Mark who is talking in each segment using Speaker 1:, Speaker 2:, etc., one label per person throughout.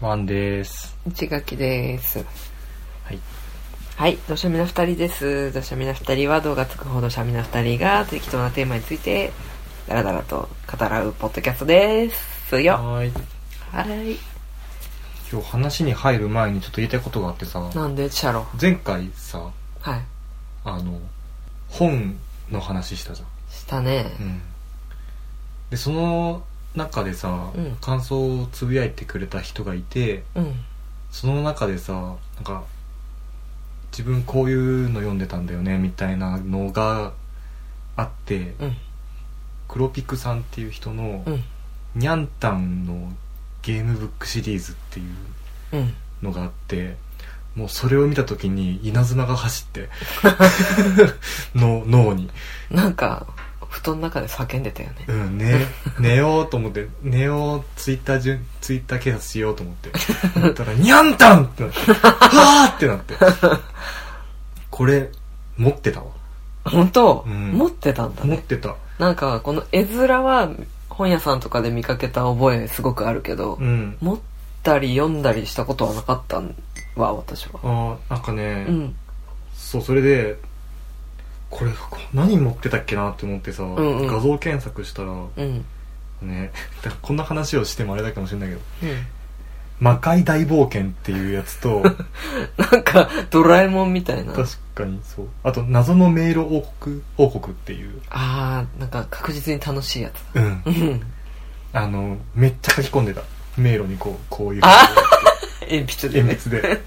Speaker 1: マンです。
Speaker 2: 内垣です。
Speaker 1: はい。
Speaker 2: はい、土砂みな二人です。土砂みな二人は動画つくほどしゃみな二人が適当なテーマについて、だらだらと語らうポッドキャストですよ。
Speaker 1: はーい。
Speaker 2: はい。
Speaker 1: 今日話に入る前にちょっと言いたいことがあってさ、
Speaker 2: なんでシャロ
Speaker 1: 前回さ、
Speaker 2: はい。
Speaker 1: あの、本の話したじゃ
Speaker 2: したね。
Speaker 1: ん。うん。で、その中でさ、
Speaker 2: うん
Speaker 1: 感想をつぶやいてくれた人がいて、
Speaker 2: うん。
Speaker 1: その中でさ、なんか、自分こういうの読んでたんだよね、みたいなのがあって、
Speaker 2: うん。
Speaker 1: 黒ピクさんっていう人の、
Speaker 2: うん。
Speaker 1: ニャンタンのゲームブックシリーズっていう
Speaker 2: うん。
Speaker 1: のがあってもうそれを見た時に稲妻が走って の脳に、
Speaker 2: なんか、布団の中で叫んでたよね。
Speaker 1: うん、寝寝ようと思って寝ようツイッターじゅツイッター警察しようと思ってだったら「にゃんたん!」ってなって「はあ!」ってなってこれ持ってたわ
Speaker 2: 本当、
Speaker 1: うん
Speaker 2: 持ってたんだ
Speaker 1: 持っ
Speaker 2: ね。
Speaker 1: てた
Speaker 2: なんか、この絵面は本屋さんとかで見かけた覚えすごくあるけど、
Speaker 1: うん
Speaker 2: 持ったり読んだりしたことはなかったわ、私は。
Speaker 1: あーなんかね、
Speaker 2: うん。
Speaker 1: そうそれでこれこ何持ってたっけなって思ってさ、
Speaker 2: んうん
Speaker 1: 画像検索したら
Speaker 2: うん。
Speaker 1: ねこんな話をしてもあれだかもしれないけど
Speaker 2: うん。
Speaker 1: 魔界大冒険っていうやつ と
Speaker 2: なんか、ドラえもんみたいな。
Speaker 1: 確かにそうあと謎の迷路王国王国っていう
Speaker 2: あー、なんか確実に楽しいや つ。
Speaker 1: うん
Speaker 2: うん。
Speaker 1: あのめっちゃ書き込んでた迷路にこうこういう
Speaker 2: あ鉛筆で
Speaker 1: 鉛筆
Speaker 2: ね。
Speaker 1: で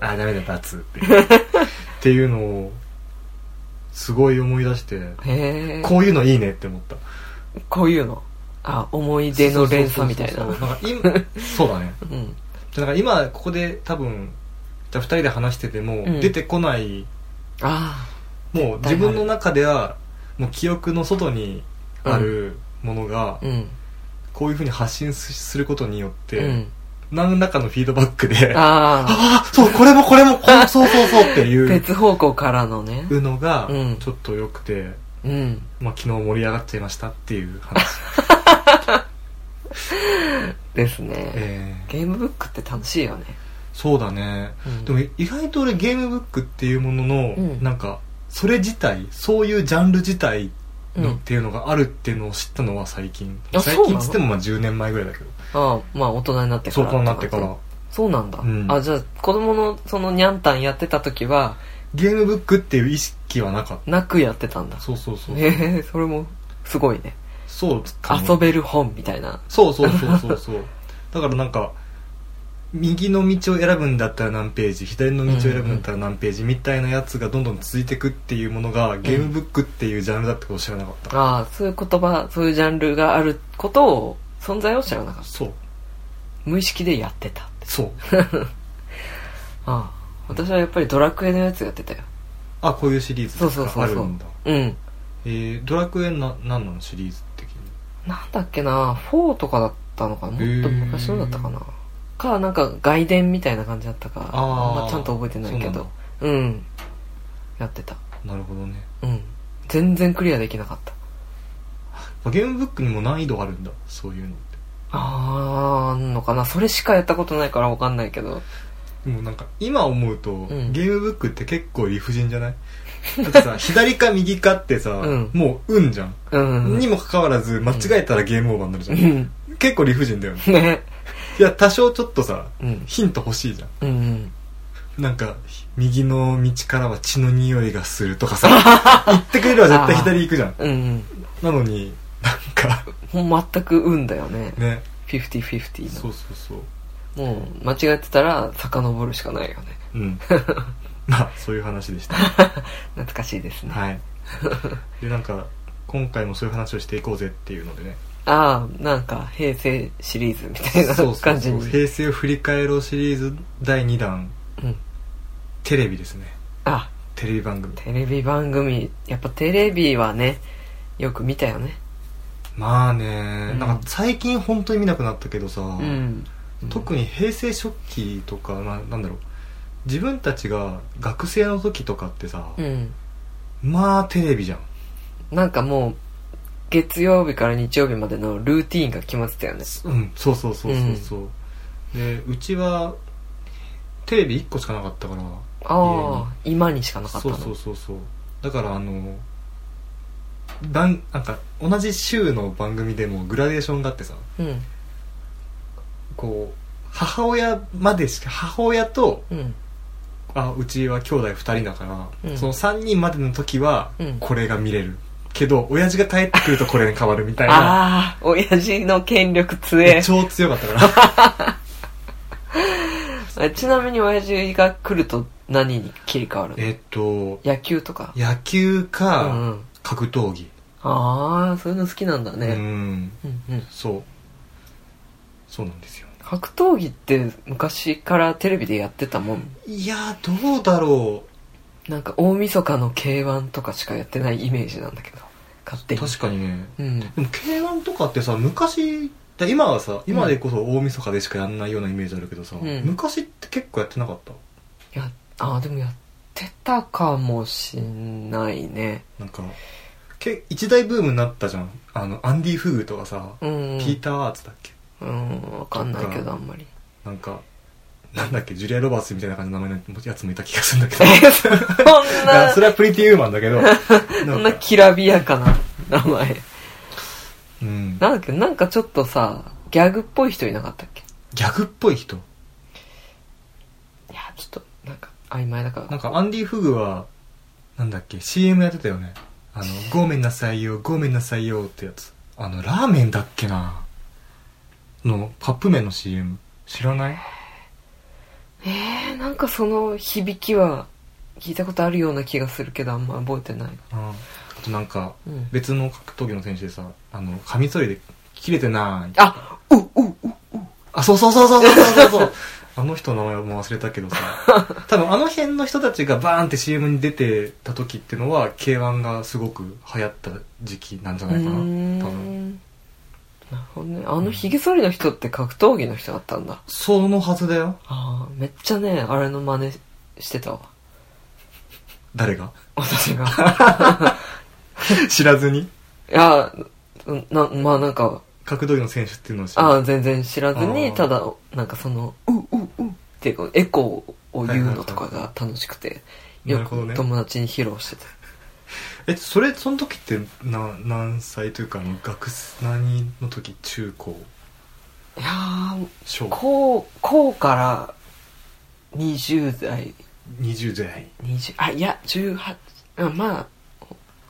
Speaker 1: あーダメだ罰っていうっていうのをすごい思い出して
Speaker 2: へー。
Speaker 1: こういうのいいねって思った
Speaker 2: こういうの。あ、思い出の連鎖みたいな。
Speaker 1: そううそうそうそうなんか今 そうだね
Speaker 2: ん。
Speaker 1: なんか今ここで多分じゃあ2人で話してても
Speaker 2: うん
Speaker 1: 出てこない
Speaker 2: あ
Speaker 1: もう自分の中ではもう記憶の外にあるものが
Speaker 2: ー。うん。
Speaker 1: こういうふうに発信すすることによっ
Speaker 2: う
Speaker 1: て
Speaker 2: ん。
Speaker 1: 何らかのフィードバックであ
Speaker 2: あ
Speaker 1: あそうこれもこれもこうそうそうそうって
Speaker 2: ー。
Speaker 1: いう
Speaker 2: 別方向からのね。
Speaker 1: のが
Speaker 2: うん
Speaker 1: ちょっと良くて、
Speaker 2: うん。
Speaker 1: まあ、昨日盛り上がっちゃいましたっていう話
Speaker 2: ですね。
Speaker 1: えー
Speaker 2: ゲームブックって楽しいよね。
Speaker 1: そうだね
Speaker 2: うん
Speaker 1: でも意外と俺ゲームブックっていうものの
Speaker 2: うん
Speaker 1: なんかそれ自体そういうジャンル自体
Speaker 2: う
Speaker 1: のっ
Speaker 2: ん。
Speaker 1: ていうのがあるっていうのを知ったのは最近
Speaker 2: あ
Speaker 1: 最
Speaker 2: そうな
Speaker 1: 近
Speaker 2: の
Speaker 1: っつってもまあ10年前ぐらいだけど
Speaker 2: あー、まあ大人になってか
Speaker 1: そう
Speaker 2: ら。
Speaker 1: こうなってから。
Speaker 2: そうなんだ。
Speaker 1: うん
Speaker 2: あ、じゃあ子供のそのニャンタンやってた時は、
Speaker 1: ゲームブックっていう意識はなかっ
Speaker 2: なくやってたんだ
Speaker 1: た。そうそうそう、
Speaker 2: へえ、それもすごいね。
Speaker 1: そうかも
Speaker 2: 遊べる本みたいな。
Speaker 1: そうそうそうそうそうだからなんか右の道を選ぶんだったら何ページ左の道を選ぶんだったら何ページみたいなやつがどんどん続いてくっていうものがゲームブックっていうジャンルだってことを知らなかった、
Speaker 2: ああ、そういう言葉、そういうジャンルがあることを、存在を知らなかった。
Speaker 1: そう
Speaker 2: 無意識でやってたって。
Speaker 1: そう
Speaker 2: ああ。私はやっぱりドラクエのやつやってたよ。
Speaker 1: あこういうシリーズ
Speaker 2: そうそう
Speaker 1: と
Speaker 2: そう
Speaker 1: か
Speaker 2: そう。
Speaker 1: あるんだ
Speaker 2: うん。
Speaker 1: えー、ドラクエな何なのシリーズ的に
Speaker 2: なんだっけな、4とかだったのかなもっと昔のだったかな。か、なんか外伝みたいな感じだったか。
Speaker 1: あ
Speaker 2: あ
Speaker 1: ー
Speaker 2: んまちゃんと覚えてないけ
Speaker 1: そう
Speaker 2: ど。うん。やってた。
Speaker 1: なるほどねや
Speaker 2: うん。全然クリアできなかった。
Speaker 1: っぱゲームブックにも難易度あるんだそういうのって
Speaker 2: ああ、あんのかな。それしかやったことないからわかんないけど。
Speaker 1: でもなんか今思うと、
Speaker 2: ん
Speaker 1: ゲームブックって結構理不尽じ ゃないだってさ左か右かってさ、
Speaker 2: うん
Speaker 1: もう運じゃん、
Speaker 2: うん。
Speaker 1: にもかかわらず間違えたらゲームオーバーになるじゃ、
Speaker 2: うんん。
Speaker 1: 結構理不尽だよね
Speaker 2: ね。
Speaker 1: いや多少ちょっとさ
Speaker 2: うん。
Speaker 1: ヒント欲しいじゃ
Speaker 2: うんうん。
Speaker 1: んなんか右の道からは血の匂いがするとかさ 言ってくれれば絶対左行くじゃん
Speaker 2: うん
Speaker 1: なのになんか
Speaker 2: うん。もう全く運だよね。
Speaker 1: ね
Speaker 2: 50-50
Speaker 1: そ
Speaker 2: の。
Speaker 1: うそうそう
Speaker 2: もう、間違ってたら遡るしかないよね。
Speaker 1: うん まあそういう話でした
Speaker 2: 懐かしいですね。
Speaker 1: はいでなんか今回もそういう話をしていこうぜっていうのでね
Speaker 2: ああ、なんか、平成シリーズみたい
Speaker 1: そうそう
Speaker 2: な
Speaker 1: そう
Speaker 2: 感じに。
Speaker 1: 平成を振り返ろうシリーズ第2弾
Speaker 2: うん。
Speaker 1: テレビですね
Speaker 2: あ、
Speaker 1: テレビ番組
Speaker 2: テレビ番組、やっぱテレビはね、よく見たよね。
Speaker 1: まあね、
Speaker 2: うん
Speaker 1: なんか最近本当に見なくなったけどさ、
Speaker 2: うん。
Speaker 1: 特に平成初期とか、まあ、なんだろう自分たちが学生の時とかってさ、
Speaker 2: うん。
Speaker 1: まあテレビじゃん
Speaker 2: なんかもう、月曜日から日曜日までのルーティーンが決まってたよね。
Speaker 1: うんそうそうそうそうそう、でうちはテレビ1個しかなかったから
Speaker 2: ああ今にしかなかった
Speaker 1: そう
Speaker 2: の
Speaker 1: そうそうそうだからあの番なんか同じ週の番組でもグラデーションがあってさ
Speaker 2: うん
Speaker 1: こう母親までしか母親と
Speaker 2: うん
Speaker 1: あうちは兄弟2人だから、
Speaker 2: うん
Speaker 1: その3人までの時は
Speaker 2: うん
Speaker 1: これが見れる、けど親父が帰ってくるとこれに変わるみたいな
Speaker 2: ああ親父の権力強え
Speaker 1: 超強かった から
Speaker 2: ちなみに親父が来ると何に切り替わるの
Speaker 1: えっと
Speaker 2: 野球とか
Speaker 1: 野球
Speaker 2: うんう
Speaker 1: か
Speaker 2: ん
Speaker 1: 格闘技
Speaker 2: ああそういうの好きなんだ
Speaker 1: うん、
Speaker 2: ね、うんうん、
Speaker 1: そうそうなんですよ
Speaker 2: 格闘技って昔からテレビでやってたもん
Speaker 1: いやーどうだろう
Speaker 2: なんか大晦日の k 1とかしかやってないイメージなんだけど勝手に
Speaker 1: 確かにね
Speaker 2: うん
Speaker 1: でも k 1とかってさ昔だ今はさ今でこそ大晦日でしかやんないようなイメージあるけどさ、
Speaker 2: うん
Speaker 1: 昔って結構やってなかった
Speaker 2: やああでもやってたかもしんないね
Speaker 1: なんかけ一大ブームになったじゃんあのアンディ・フグとかさ、
Speaker 2: うん
Speaker 1: ピーター・アーツだっけ
Speaker 2: うん分かんないけどあんまり
Speaker 1: なんかなんだっけジュリア・ロバーツみたいな感じの名前のやつもいた気がするんだけ
Speaker 2: え
Speaker 1: ど
Speaker 2: そん
Speaker 1: あ
Speaker 2: な
Speaker 1: それはプリティ・ウーマンだけど
Speaker 2: そん
Speaker 1: な
Speaker 2: なん
Speaker 1: か
Speaker 2: きらびやかな名前
Speaker 1: うん、
Speaker 2: なんだっけなんかちょっとさギャグっぽい人いなかったっけ
Speaker 1: ギャグっぽい人
Speaker 2: いやちょっとなんか曖昧だから
Speaker 1: なんかアンディ・フグはなんだっけ CM やってたよねあの「ごめんなさいよごめんなさいよ」ってやつあのラーメンだっけなのカップ麺の CM 知らない
Speaker 2: えー、なんかその響きは聞いたことあるような気がするけどあんま覚えてない
Speaker 1: あとなんか
Speaker 2: うん
Speaker 1: 別の格闘技の選手でさあのカミソリで切れてない
Speaker 2: あううう
Speaker 1: あそうそうそうそうそうそうそう あの人の名前も忘れたけ どさ多分あの辺の人たちがバーンって CM に出てた時ってのは k 1がすごく流行った時期なんじゃ
Speaker 2: う
Speaker 1: な
Speaker 2: ー
Speaker 1: いかな多分
Speaker 2: んなるほどねあのひげ剃りの人って格闘技の人だったんだ
Speaker 1: そのはずだよ
Speaker 2: ああめっちゃねあれの真似してたわ
Speaker 1: 誰が
Speaker 2: 私が
Speaker 1: 知らずに
Speaker 2: いやうんなまあなんか
Speaker 1: 格闘技の選手っていうのを知
Speaker 2: あ
Speaker 1: ら
Speaker 2: あ全然知らず
Speaker 1: あ
Speaker 2: に
Speaker 1: ー
Speaker 2: ただなんかその「ううう」ってこうエコーを言うのとかが楽しくて
Speaker 1: はいはいはいな
Speaker 2: よ
Speaker 1: るほど
Speaker 2: く
Speaker 1: ね
Speaker 2: 友達に披露してた
Speaker 1: えそれその時ってな何歳というかあの学生何の時中高
Speaker 2: いやー
Speaker 1: 小
Speaker 2: こう、こうから20代、
Speaker 1: 20代
Speaker 2: 20、あ、いや、18、あまあ、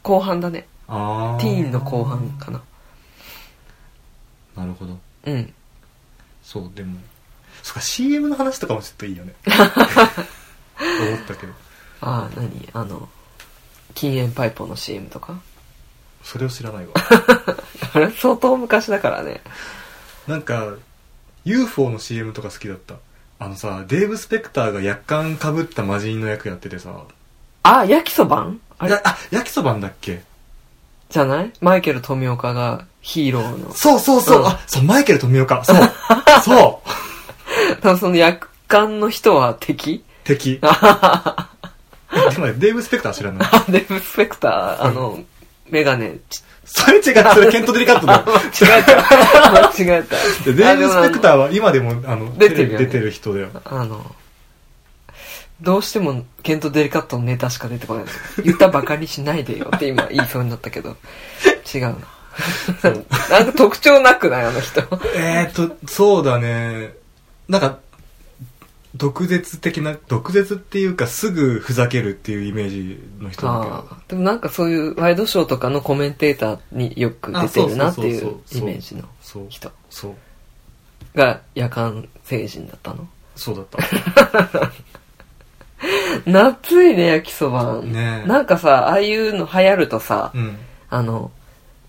Speaker 2: 後半だね。
Speaker 1: ああ
Speaker 2: ティーンの後半かな。
Speaker 1: なるほど
Speaker 2: うん。
Speaker 1: そうでもそっか CM の話とかもちょっといいよ ね思ったけど
Speaker 2: あ、何あの、禁煙パイポの CM とか。
Speaker 1: それを知らないわ
Speaker 2: あれ、相当昔だからね。
Speaker 1: なんか UFO の CM とか好きだったあのさデーブ・スペクターがやっかんかぶった魔人の役やっててさ
Speaker 2: あ、焼きそばんあ
Speaker 1: あ
Speaker 2: れ
Speaker 1: あ焼きそばんだっけ
Speaker 2: じゃないマイケル富岡がヒーローの。
Speaker 1: そうそうそう、
Speaker 2: うん
Speaker 1: あそうマイケル富岡 そうそう
Speaker 2: 多分その薬缶の人は敵
Speaker 1: 敵えでもねデーブ・スペクター知らない
Speaker 2: あ、デブスペクター、あの、メガネ、ち
Speaker 1: それ違うそれケント・デリカット だよ
Speaker 2: 間違えた。間 違えた。
Speaker 1: でデーブ・スペク
Speaker 2: ー
Speaker 1: ターは今でもあの
Speaker 2: 出てる
Speaker 1: テレビ
Speaker 2: よね
Speaker 1: 出てる人だよ
Speaker 2: あの、どうしてもケント・デリカットのネタしか出てこない。言ったばかりしないでよって今言いそうになったけど、違うな。 なんか特徴なくないあの人。
Speaker 1: えー、っと、そうだね。なんか、毒舌的な、毒舌っていうか、すぐふざけるっていうイメージの人だけ
Speaker 2: あ
Speaker 1: ど。
Speaker 2: ーでもなんかそういうワイドショーとかのコメンテーターによく出てるなっていうイメージの
Speaker 1: そう、
Speaker 2: 人
Speaker 1: そう、
Speaker 2: が夜間成人だったの。
Speaker 1: そうだ った。
Speaker 2: 夏いね、焼きそば。
Speaker 1: ねえ
Speaker 2: なんかさ、ああいうの流行るとさ、
Speaker 1: うん。
Speaker 2: あの、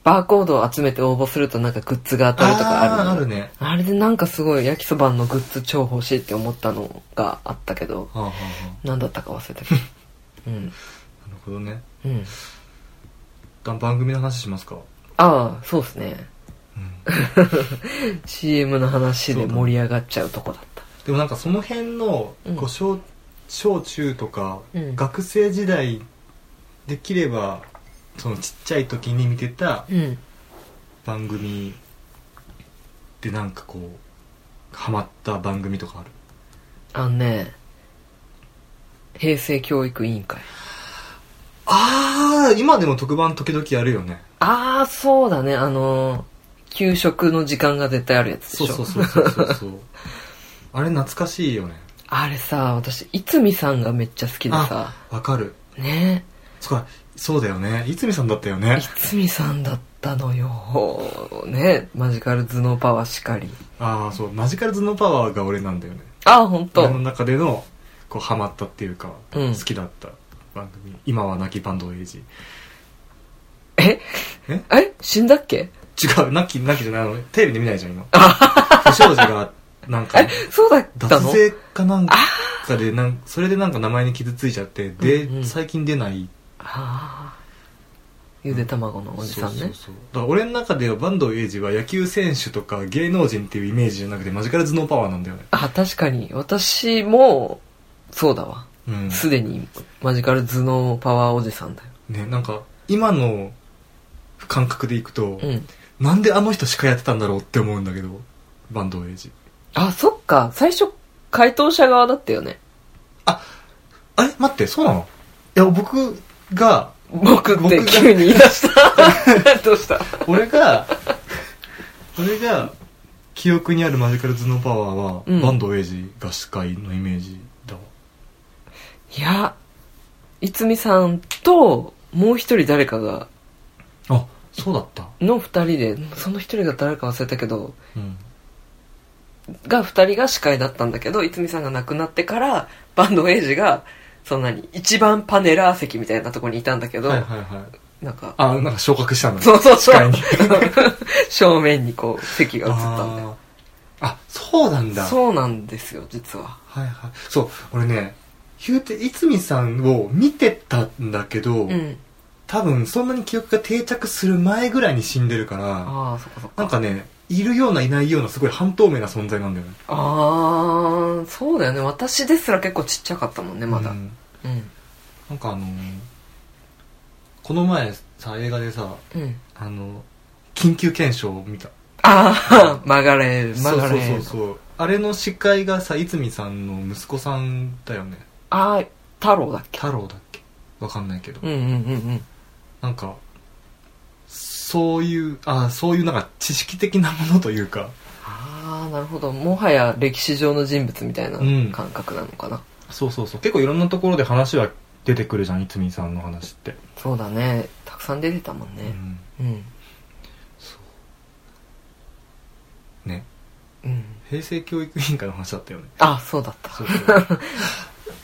Speaker 2: バーコードを集めて応募するとなんかグッズが当たるとかあるのよ
Speaker 1: ーあるね。
Speaker 2: あれでなんかすごい焼きそばのグッズ超欲しいって思ったのがあったけど、
Speaker 1: はあ、はあは
Speaker 2: 何だったか忘れ たけど。うん。
Speaker 1: あ、なるほどね。
Speaker 2: うん。
Speaker 1: 一旦番組の話しますか。
Speaker 2: ああ、そうですね。
Speaker 1: うん、
Speaker 2: CM の話で盛り上がっちゃうとこだった。
Speaker 1: でもなんかその辺の、
Speaker 2: うん
Speaker 1: こう小小中とか、
Speaker 2: うん
Speaker 1: 学生時代できればそのちっちゃい時に見てた
Speaker 2: うん。
Speaker 1: 番組でなんかこうハマった番組とかある
Speaker 2: あのね、平成教育委員会。
Speaker 1: ああ今でも特番時々やるよね
Speaker 2: ああ、そうだね、あのー給食の時間が絶対あるやつでし
Speaker 1: そ
Speaker 2: ょ。
Speaker 1: うそうそうそうそうそう あれ懐かしいよね
Speaker 2: あれさ、私、いつみさんがめっちゃ好きでさ
Speaker 1: あ、わかる
Speaker 2: ね
Speaker 1: そっかそうだよねいつみさんだったよね
Speaker 2: いつみさんだったのよ。ねマジカル頭脳パワーしかり。
Speaker 1: ああそうマジカルズのパワーが俺なんだよね
Speaker 2: ああ、ほん
Speaker 1: 俺
Speaker 2: と
Speaker 1: の。中でのこうハマったっていうか、
Speaker 2: うん
Speaker 1: 好きだった番組今は泣きバンドエイジ
Speaker 2: え
Speaker 1: え
Speaker 2: え死んだっけ
Speaker 1: 違う泣き泣きじゃないあのテレビで見ないじゃん今不祥事がなんか
Speaker 2: えそうだった
Speaker 1: 脱
Speaker 2: の
Speaker 1: 税かなんかでなんそれでなんか名前に傷ついちゃってで、
Speaker 2: うんうん
Speaker 1: 最近出ない
Speaker 2: ああ。ゆで卵のおじさんね。
Speaker 1: そうそうそうだから俺の中では坂東英二は野球選手とか芸能人っていうイメージじゃなくてマジカル頭脳パワーなんだよね
Speaker 2: あ、確かに。私も、そうだわ。
Speaker 1: うん
Speaker 2: すでに、マジカル頭脳パワーおじさんだよ。
Speaker 1: ねなんか今の感覚でいくと、
Speaker 2: うん。
Speaker 1: なんであの人司会やってたんだろうって思うんだけど坂東英二
Speaker 2: あ、そっか。最初、回答者側だったよね。
Speaker 1: あれ待ってそうなのいや僕が
Speaker 2: 僕っ
Speaker 1: 僕
Speaker 2: て
Speaker 1: が
Speaker 2: 急に言い出 した。どうした
Speaker 1: 俺 が俺が記憶にあるマジカル頭脳パワーは、
Speaker 2: うん
Speaker 1: 坂東英二が司会のイメージだわ
Speaker 2: いや、いつみさんと、もう一人誰かが、
Speaker 1: あそうだった
Speaker 2: の二人で、その一人が誰か忘れたけど、
Speaker 1: うん
Speaker 2: が二人が司会だったんだけど、いつみさんが亡くなってから、バンドエイジが、その何、一番パネラー席みたいなとこにいたんだけど、
Speaker 1: はいはいはい
Speaker 2: なんか、
Speaker 1: あなんか昇格したんだ
Speaker 2: そうそうそ
Speaker 1: 司会
Speaker 2: う
Speaker 1: に。
Speaker 2: 正面にこう、席が映ったんだよ。
Speaker 1: あーあそうなんだ
Speaker 2: そうなんですよ、実は。
Speaker 1: はいはいそう俺ね言うていつみさんを見てたんだけど、
Speaker 2: うん。
Speaker 1: 多分そんなに記憶が定着する前ぐらいに死んでるから
Speaker 2: ああ、そっかそっか。
Speaker 1: なんかねいるようないないようなすごい半透明な存在なんだよね
Speaker 2: ああ、そうだよね。私ですら結構ちっちゃかったもんね、まだ。
Speaker 1: う
Speaker 2: うん。
Speaker 1: んなんかあのーこの前さ映画でさ
Speaker 2: うん。
Speaker 1: あの緊急検証を見た
Speaker 2: ああ、曲がれ、曲がれ。
Speaker 1: そうそうそうそうあれの司会がさいつみさんの息子さんだよね
Speaker 2: ああ、太郎だっけ
Speaker 1: 太郎だっけわかんないけど、
Speaker 2: うんうんうんうん。
Speaker 1: なんかそういうあそういうなんか知識的なものというか
Speaker 2: ああ、なるほど。もはや歴史上の人物みたいな
Speaker 1: うん
Speaker 2: 感覚なのかな。
Speaker 1: そうそうそう結構いろんなところで話は出てくるじゃんいつみさんの話って、
Speaker 2: そうだね。たくさん出てたもん
Speaker 1: う
Speaker 2: ね。
Speaker 1: ん、
Speaker 2: うん。
Speaker 1: ね
Speaker 2: うん。
Speaker 1: 平成教育委員会の話だったよね
Speaker 2: ああ、そうだった。
Speaker 1: そうそう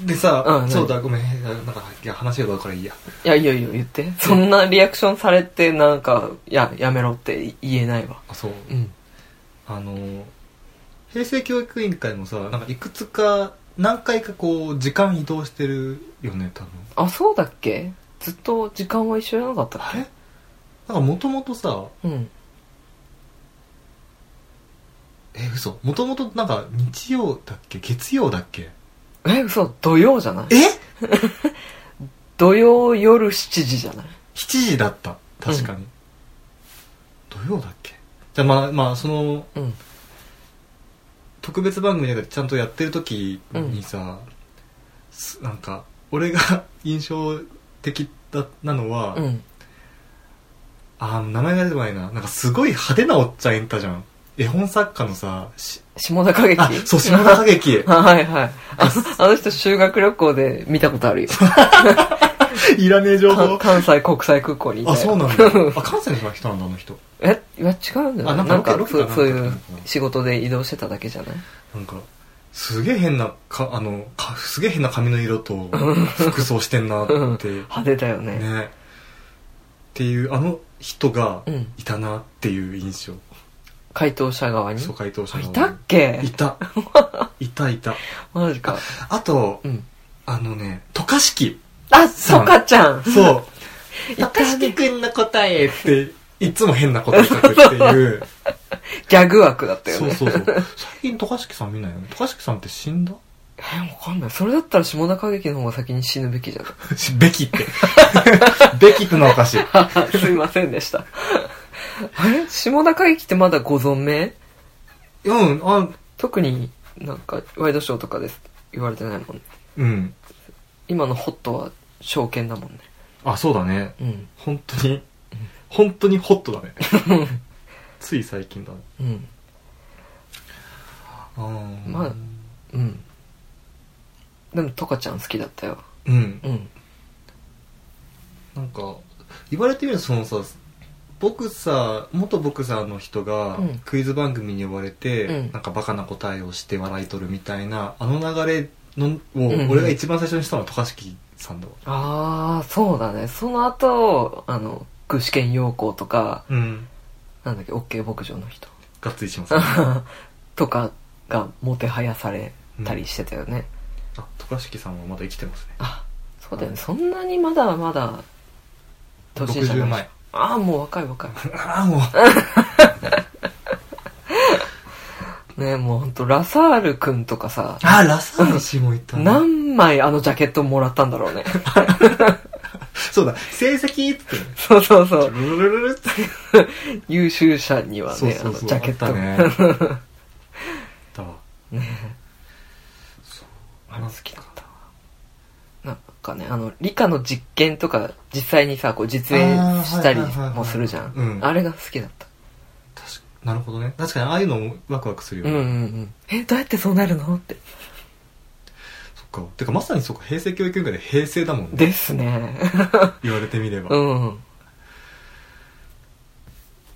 Speaker 1: で さ、
Speaker 2: うん
Speaker 1: そうだごめんなんかいや話がどうからいいや
Speaker 2: いや、いやいや、言って。そんなリアクションされて、なんか、いや、やめろって言えないわ。
Speaker 1: あそう
Speaker 2: うん。
Speaker 1: あの平成教育委員会もさなんかいくつか何回かこう時間移動してるよね多分
Speaker 2: あ、そうだっけずっと時間は一緒じゃなかったっ
Speaker 1: れなんかもともとさ
Speaker 2: けうん。
Speaker 1: え嘘もともとなんか日曜だっけ月曜だっけ
Speaker 2: え、嘘、土曜じゃない
Speaker 1: え
Speaker 2: 土曜夜7時じゃない
Speaker 1: ?7 時だった確かに、土曜だっけじゃあまあまあその
Speaker 2: うん。
Speaker 1: 特別番組だからちゃんとやってる時にさ、すなんか俺が 印象的だなのは、
Speaker 2: うん。
Speaker 1: あー名前が出てこないななんかすごい派手なおっちゃんいたじゃん絵本作家のさし
Speaker 2: 下田歌劇
Speaker 1: あそう下田歌劇
Speaker 2: はいはい。ああの人修学旅行で見たことあるよ。
Speaker 1: いらねえ情
Speaker 2: か
Speaker 1: 報
Speaker 2: 関西国際空港にいたよ
Speaker 1: あそうなんだあ関西の人なんだあの人
Speaker 2: えいや違うんだよ
Speaker 1: あな
Speaker 2: なんん
Speaker 1: か
Speaker 2: か
Speaker 1: ロケ
Speaker 2: そ
Speaker 1: ロ
Speaker 2: う
Speaker 1: ケか
Speaker 2: そう
Speaker 1: ないん
Speaker 2: う
Speaker 1: か
Speaker 2: 仕事で移動してただけじゃない
Speaker 1: なんかすげえ変なかあのかすげえ変な髪の色と服装してんなってね
Speaker 2: 派手だよ
Speaker 1: っ
Speaker 2: ね
Speaker 1: ていうあの人が
Speaker 2: うん
Speaker 1: いたなっていう印象、
Speaker 2: 回答者側に
Speaker 1: そう回答者
Speaker 2: あ
Speaker 1: の
Speaker 2: いたっけ
Speaker 1: い たいたいた
Speaker 2: マジか
Speaker 1: あと
Speaker 2: うん
Speaker 1: あのね渡嘉敷
Speaker 2: あ
Speaker 1: さん
Speaker 2: そかちゃん
Speaker 1: そう
Speaker 2: いたね
Speaker 1: くんの答えって、いつも変なこと書くって いう。
Speaker 2: ギャグ枠だったよ
Speaker 1: そう
Speaker 2: ね
Speaker 1: そうそう。最近、渡嘉敷さん見ないよね。渡嘉敷さんって死ん だ
Speaker 2: えわかんないそれだったら下田歌劇の方が先に死ぬべきじゃ
Speaker 1: べきって。 べきってのはおかしい。
Speaker 2: ない すいませんでしたあれ下田歌劇ってまだご存命
Speaker 1: うん、あ、
Speaker 2: 特になんかワイドショーとかです言われてないもんね
Speaker 1: うん
Speaker 2: 今のホットは証券だもんね
Speaker 1: あそうだね
Speaker 2: うん
Speaker 1: 本当に本当にホットだねつい最近だね
Speaker 2: うん
Speaker 1: あー
Speaker 2: まあうんでもトカちゃん好きだったよ
Speaker 1: うん
Speaker 2: うん
Speaker 1: なんか言われてみるとそのさボクサー元ボクサーの人が
Speaker 2: うん
Speaker 1: クイズ番組に呼ばれて、
Speaker 2: うん
Speaker 1: なんかバカな答えをして笑い取るみたいなあの流れのを
Speaker 2: うんうん
Speaker 1: 俺が一番最初にしたのは渡嘉敷さんだわ
Speaker 2: ああそうだねその後あの具志堅用高とか
Speaker 1: うん
Speaker 2: なんだっけオッケー牧場の人
Speaker 1: がっつりしますね
Speaker 2: とかがもてはやされたりしてたよね、
Speaker 1: あ渡嘉敷さんはまだ生きてますね
Speaker 2: あそうだよねそんなにまだまだじゃ
Speaker 1: 60
Speaker 2: ない
Speaker 1: 前
Speaker 2: ああもう若い若い
Speaker 1: ああもう
Speaker 2: ねえもうほんとラサールくんと かさ
Speaker 1: あラサール氏もいたね
Speaker 2: 何枚あのジャケットもらったんだろうね
Speaker 1: そうだ成績っつってね
Speaker 2: そうそうそう
Speaker 1: ルルルルルって
Speaker 2: 優秀者には
Speaker 1: そう
Speaker 2: ね
Speaker 1: そうそう
Speaker 2: あのジャケットね
Speaker 1: あったねだわそう
Speaker 2: あれ好きだったわなんかねあの理科の実験とか実際にさこう実演したり
Speaker 1: あーはいはいはいはい
Speaker 2: もするじゃ
Speaker 1: うん
Speaker 2: んあれが好きだった
Speaker 1: 確かなるほどね確かにああいうのもワクワクするよ
Speaker 2: うん
Speaker 1: ね、
Speaker 2: うんうんえどうやってそうなるのって
Speaker 1: そっかてかまさにそっか平成教育委員会で平成だもんね
Speaker 2: ですね
Speaker 1: 言われてみれば、
Speaker 2: うん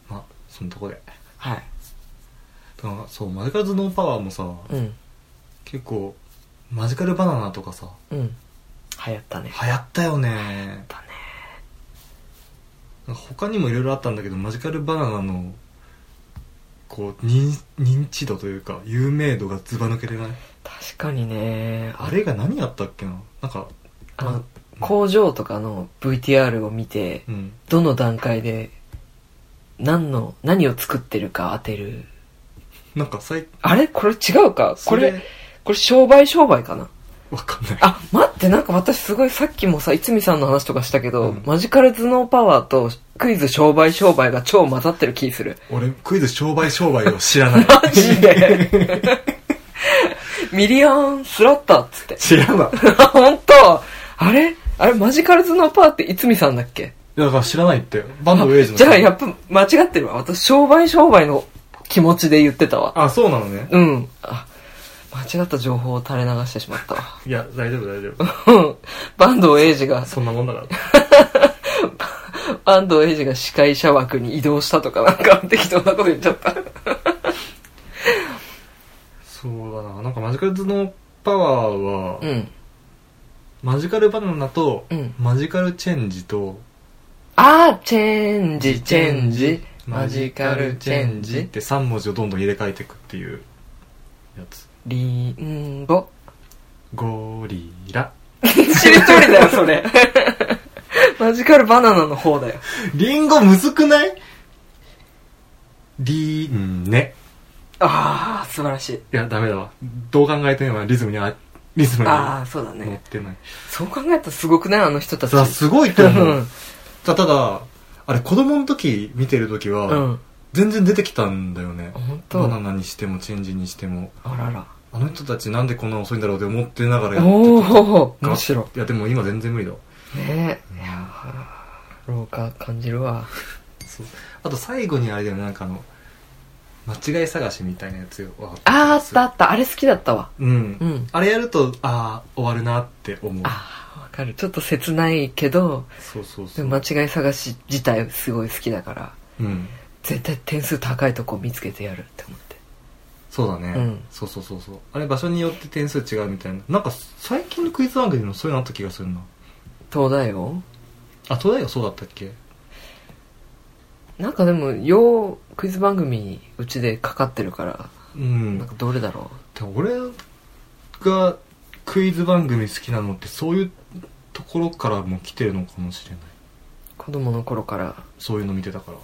Speaker 1: まあそのとこで
Speaker 2: はい
Speaker 1: だからそうマジカルズノーパワーもさ、
Speaker 2: うん
Speaker 1: 結構マジカルバナナとかさ
Speaker 2: うん流行ったね
Speaker 1: 流行ったよね
Speaker 2: たね
Speaker 1: なんか他にもいろいろあったんだけどマジカルバナナのこう認認知度というか有名度がずば抜けてない
Speaker 2: 確かにね
Speaker 1: あれが何やったっけななんか
Speaker 2: あの工場とかの VTR を見て
Speaker 1: うん
Speaker 2: どの段階で何の何を作ってるか当てる
Speaker 1: なんか最
Speaker 2: あれこれ違うかこ
Speaker 1: そ
Speaker 2: れこれ商売商売かな
Speaker 1: わかんない
Speaker 2: あ待ってなんか私すごいさっきもさいつみさんの話とかしたけど、
Speaker 1: うん
Speaker 2: マジカル頭脳パワーとクイズ商売商売が超混ざってる気する
Speaker 1: 俺クイズ商売商売を知らない
Speaker 2: マジで ミリアンスラッターっつって
Speaker 1: 知らない
Speaker 2: 本当あれあれマジカル頭脳パワーっていつみさんだっけ
Speaker 1: いやだから知らないってバンドウェイジの
Speaker 2: じゃあやっぱ間違ってるわ私商売商売の気持ちで言ってたわ
Speaker 1: あそうなのね
Speaker 2: うんあ間違った情報を垂れ流してしまったわ
Speaker 1: いや大丈夫大丈夫
Speaker 2: うん坂東英二が
Speaker 1: そんなもんだから
Speaker 2: 安藤英二が司会者枠に移動したとかなんか適当なこと言っちゃった。
Speaker 1: そうだななんかマジカルズのパワーは、
Speaker 2: うん。
Speaker 1: マジカルバナナと、
Speaker 2: うん
Speaker 1: マジカルチェンジと
Speaker 2: あー、チェンジ、チェンジ、マジカルチェン
Speaker 1: っ
Speaker 2: ジ、
Speaker 1: て3文字をどんどん入れ替えていくっていうやつ
Speaker 2: リンゴ。
Speaker 1: ゴリラ
Speaker 2: しりとりだよ、それ。 マジカルバナナの方だよ。
Speaker 1: リンゴむずくないリンネ
Speaker 2: あー、素晴らしい。
Speaker 1: いやダメだわどう考えてもリズムにあリズムに
Speaker 2: あ
Speaker 1: 乗
Speaker 2: ー、そうだね
Speaker 1: っ。てない
Speaker 2: そう考えたらすごくないあの人たち。
Speaker 1: さあすごいと思
Speaker 2: う
Speaker 1: うんたただあれ子供の時見てる時は、
Speaker 2: うん。
Speaker 1: 全然出てきたんだよね
Speaker 2: ほん
Speaker 1: バ
Speaker 2: と
Speaker 1: ナナにしてもチェンジにしても
Speaker 2: あらら。
Speaker 1: あの人たちなんでこんな遅いんだろうって思ってながらやって
Speaker 2: おー、
Speaker 1: た
Speaker 2: むしろ。
Speaker 1: いやでも今全然無理だ
Speaker 2: ねえ。いやー、老化感じるわ。
Speaker 1: そうあと最後にあれだよねなんかあの間違い探しみたいなやつが
Speaker 2: あー、あったあった。あれ好きだったわ。
Speaker 1: うん、
Speaker 2: うん。
Speaker 1: あれやるとああ終わるなって思う
Speaker 2: ああ、わかる。ちょっと切ないけど、
Speaker 1: そうそうそ
Speaker 2: で
Speaker 1: う
Speaker 2: も間違い探し自体すごい好きだから、
Speaker 1: うん
Speaker 2: 絶対点数高いとこ見つけてやるって思って。
Speaker 1: そうだね、
Speaker 2: うん
Speaker 1: そうそうそうそうあれ場所によって点数違うみたいななんか最近のクイズ番組でもそういうのあった気がするな
Speaker 2: 東大王
Speaker 1: あ東大がそうだったっけ
Speaker 2: なんかでも、よう、クイズ番組にうちでかかってるから、
Speaker 1: うん
Speaker 2: なんかどれだろ。
Speaker 1: でも俺がクイズ番組好きなのってそういうところからも来てるのかもしれないう
Speaker 2: 子供の頃から、
Speaker 1: そういうの見てたから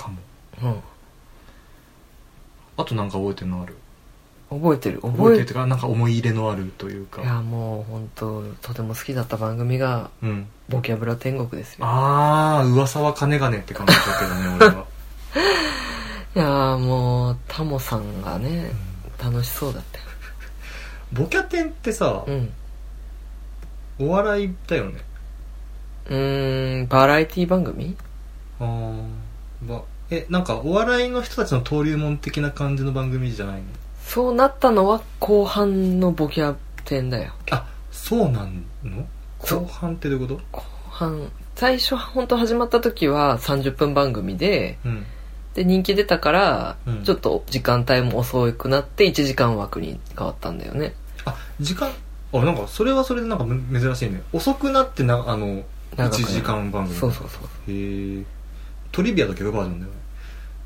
Speaker 1: かも
Speaker 2: うん。
Speaker 1: あとなんか覚えてるのある
Speaker 2: 覚えてる。
Speaker 1: 覚え
Speaker 2: 覚え
Speaker 1: てる
Speaker 2: て
Speaker 1: とかなんか思い入れのあるという
Speaker 2: る。
Speaker 1: か
Speaker 2: いや、もう本当とても好きだった番組が、
Speaker 1: うん
Speaker 2: ボキャブラ天国ですよ。
Speaker 1: ああ噂は金金って感じだけどね俺は
Speaker 2: いやーもうタモさんがね楽しそうだったよ
Speaker 1: ボキャテンってさ、
Speaker 2: うん
Speaker 1: お笑いだよね
Speaker 2: うーんバラエティ番組
Speaker 1: あーばえなんかお笑いの人たちの登竜門的な感じの番組じゃないの
Speaker 2: そうなったのは後半のボキャ展だよ
Speaker 1: あそうなんの
Speaker 2: そう
Speaker 1: 後半ってどういうこと
Speaker 2: 後半最初本当始まった時は30分番組で
Speaker 1: うん
Speaker 2: で人気出たから、
Speaker 1: うん
Speaker 2: ちょっと時間帯も遅くなって1時間枠に変わったんだよね
Speaker 1: あ時間あなんかそれはそれでなんかめ珍しいね遅くなってなあの1
Speaker 2: 長くなる
Speaker 1: 時間番組
Speaker 2: そうそうそう
Speaker 1: へえトリビアだけどバージョンだよね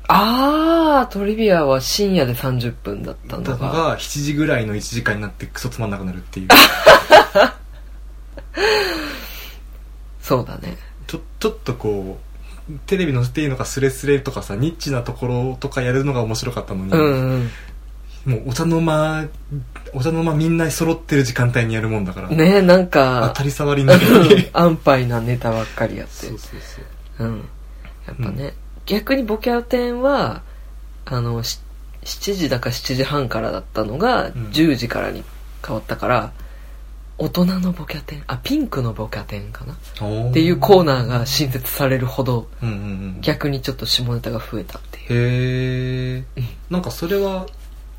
Speaker 2: あートリビアは深夜で30分だったん
Speaker 1: だ
Speaker 2: だ
Speaker 1: か
Speaker 2: が
Speaker 1: ら7時ぐらいの1時間になってクソつまんなくなるっていう
Speaker 2: そうだね
Speaker 1: ちょちょっとこうテレビのしていいのかスレスレとかさニッチなところとかやるのが面白かったのに、
Speaker 2: うんうん
Speaker 1: もうお茶の間お茶の間みんな揃ってる時間帯にやるもんだから、
Speaker 2: ねなん
Speaker 1: 当
Speaker 2: か
Speaker 1: たり障りない
Speaker 2: 安牌なネタばっかりやっ
Speaker 1: そ
Speaker 2: て
Speaker 1: うそうそう
Speaker 2: うんやっぱね、逆にボキャ展はあのし7時だか7時半からだったのが
Speaker 1: ん
Speaker 2: 10時からに変わったから、大人のボキャ展あピンクのボキャ展かなっ
Speaker 1: おー
Speaker 2: ていうコーナーが新設されるほど
Speaker 1: うんうんうん
Speaker 2: 逆にちょっと下ネタが増えたっていう
Speaker 1: へえんかそれは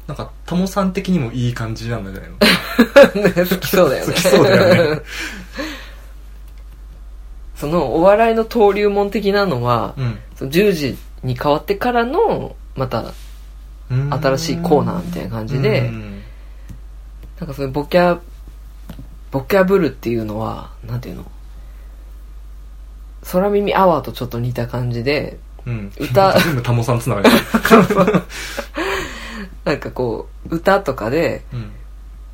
Speaker 1: なんかタモさん的にもいい感じなんじゃないの
Speaker 2: ね好きそうだよね
Speaker 1: 好きそうだよね
Speaker 2: そのお笑いの登竜門的なのは、
Speaker 1: うん
Speaker 2: その10時に変わってからのまた新しいコーナーみたいな感じで
Speaker 1: うん
Speaker 2: なんかそういうボキャ、ボキャブルっていうのは、なんていうの空耳アワーとちょっと似た感じで、
Speaker 1: うん、
Speaker 2: 歌
Speaker 1: 全部タモさんつなが り、
Speaker 2: なんかこう、歌とかで、
Speaker 1: うん、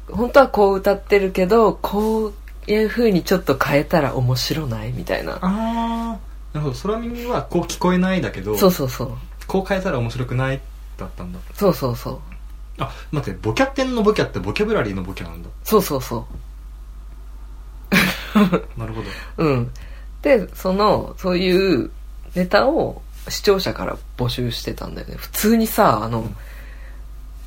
Speaker 2: 本当はこう歌ってるけど、こういう風にちょっと変えたら面白ないみたいな。
Speaker 1: ああなるほど空耳はこう聞こえないだけど
Speaker 2: そうそうそう。
Speaker 1: こう変えたら面白くないだったんだ
Speaker 2: そうそうそう。
Speaker 1: あ待ってボキャテンのボキャってボキャブラリーのボキャなんだ
Speaker 2: そうそうそ
Speaker 1: なるほど
Speaker 2: う。うん。で、その、そういうネタを視聴者から募集してたんだよね。普通にさ、あの、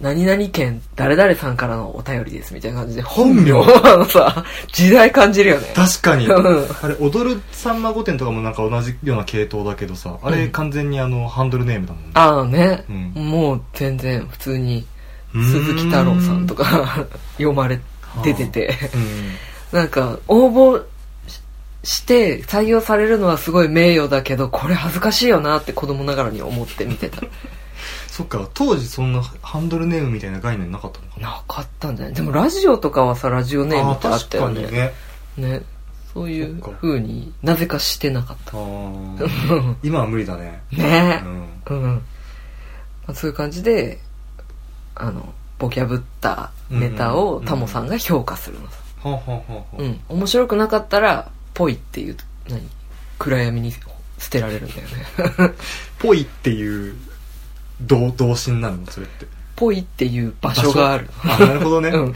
Speaker 2: 何々県誰々さんからのお便りですみたいな感じで、本名あのさ、時代感じるよね。
Speaker 1: 確かに
Speaker 2: うん
Speaker 1: あれ踊るさんま御殿とかもなんか同じような系統だけどさあ
Speaker 2: う
Speaker 1: れ
Speaker 2: ん
Speaker 1: 完全にあのハンドルネームだもんね
Speaker 2: あのね、
Speaker 1: うん
Speaker 2: もう全然普通に、鈴木太郎さんとか読まれ、出てて、
Speaker 1: うん
Speaker 2: なんか応募しして採用されるのはすごい名誉だけど、これ恥ずかしいよなって子供ながらに思って見てた。
Speaker 1: そっか当時そんなハンドルネームみたいな概念なかったのかな
Speaker 2: なかったんじゃないでもラジオとかはさ、ラジオネームってあ
Speaker 1: あー
Speaker 2: った
Speaker 1: 確
Speaker 2: よ
Speaker 1: か
Speaker 2: ね。
Speaker 1: にね
Speaker 2: ね。そういう
Speaker 1: そっか
Speaker 2: 風になぜかしてなかっ
Speaker 1: あ
Speaker 2: た。
Speaker 1: ー今は無理だね
Speaker 2: ね
Speaker 1: う
Speaker 2: え。
Speaker 1: ん
Speaker 2: うん。まあ、そういう感じで、あの、ボキャブったネタ
Speaker 1: うん
Speaker 2: を
Speaker 1: うん
Speaker 2: タモさんが評価するの
Speaker 1: は
Speaker 2: さ。
Speaker 1: あはあはあ
Speaker 2: う
Speaker 1: は
Speaker 2: ん。面白くなかったら、ぽいっていう、何暗闇に捨てられるんだよね。
Speaker 1: あぽいっていう動動詞になるのそれって
Speaker 2: ぽいっていう場所がある。
Speaker 1: あなるほどね、
Speaker 2: うん。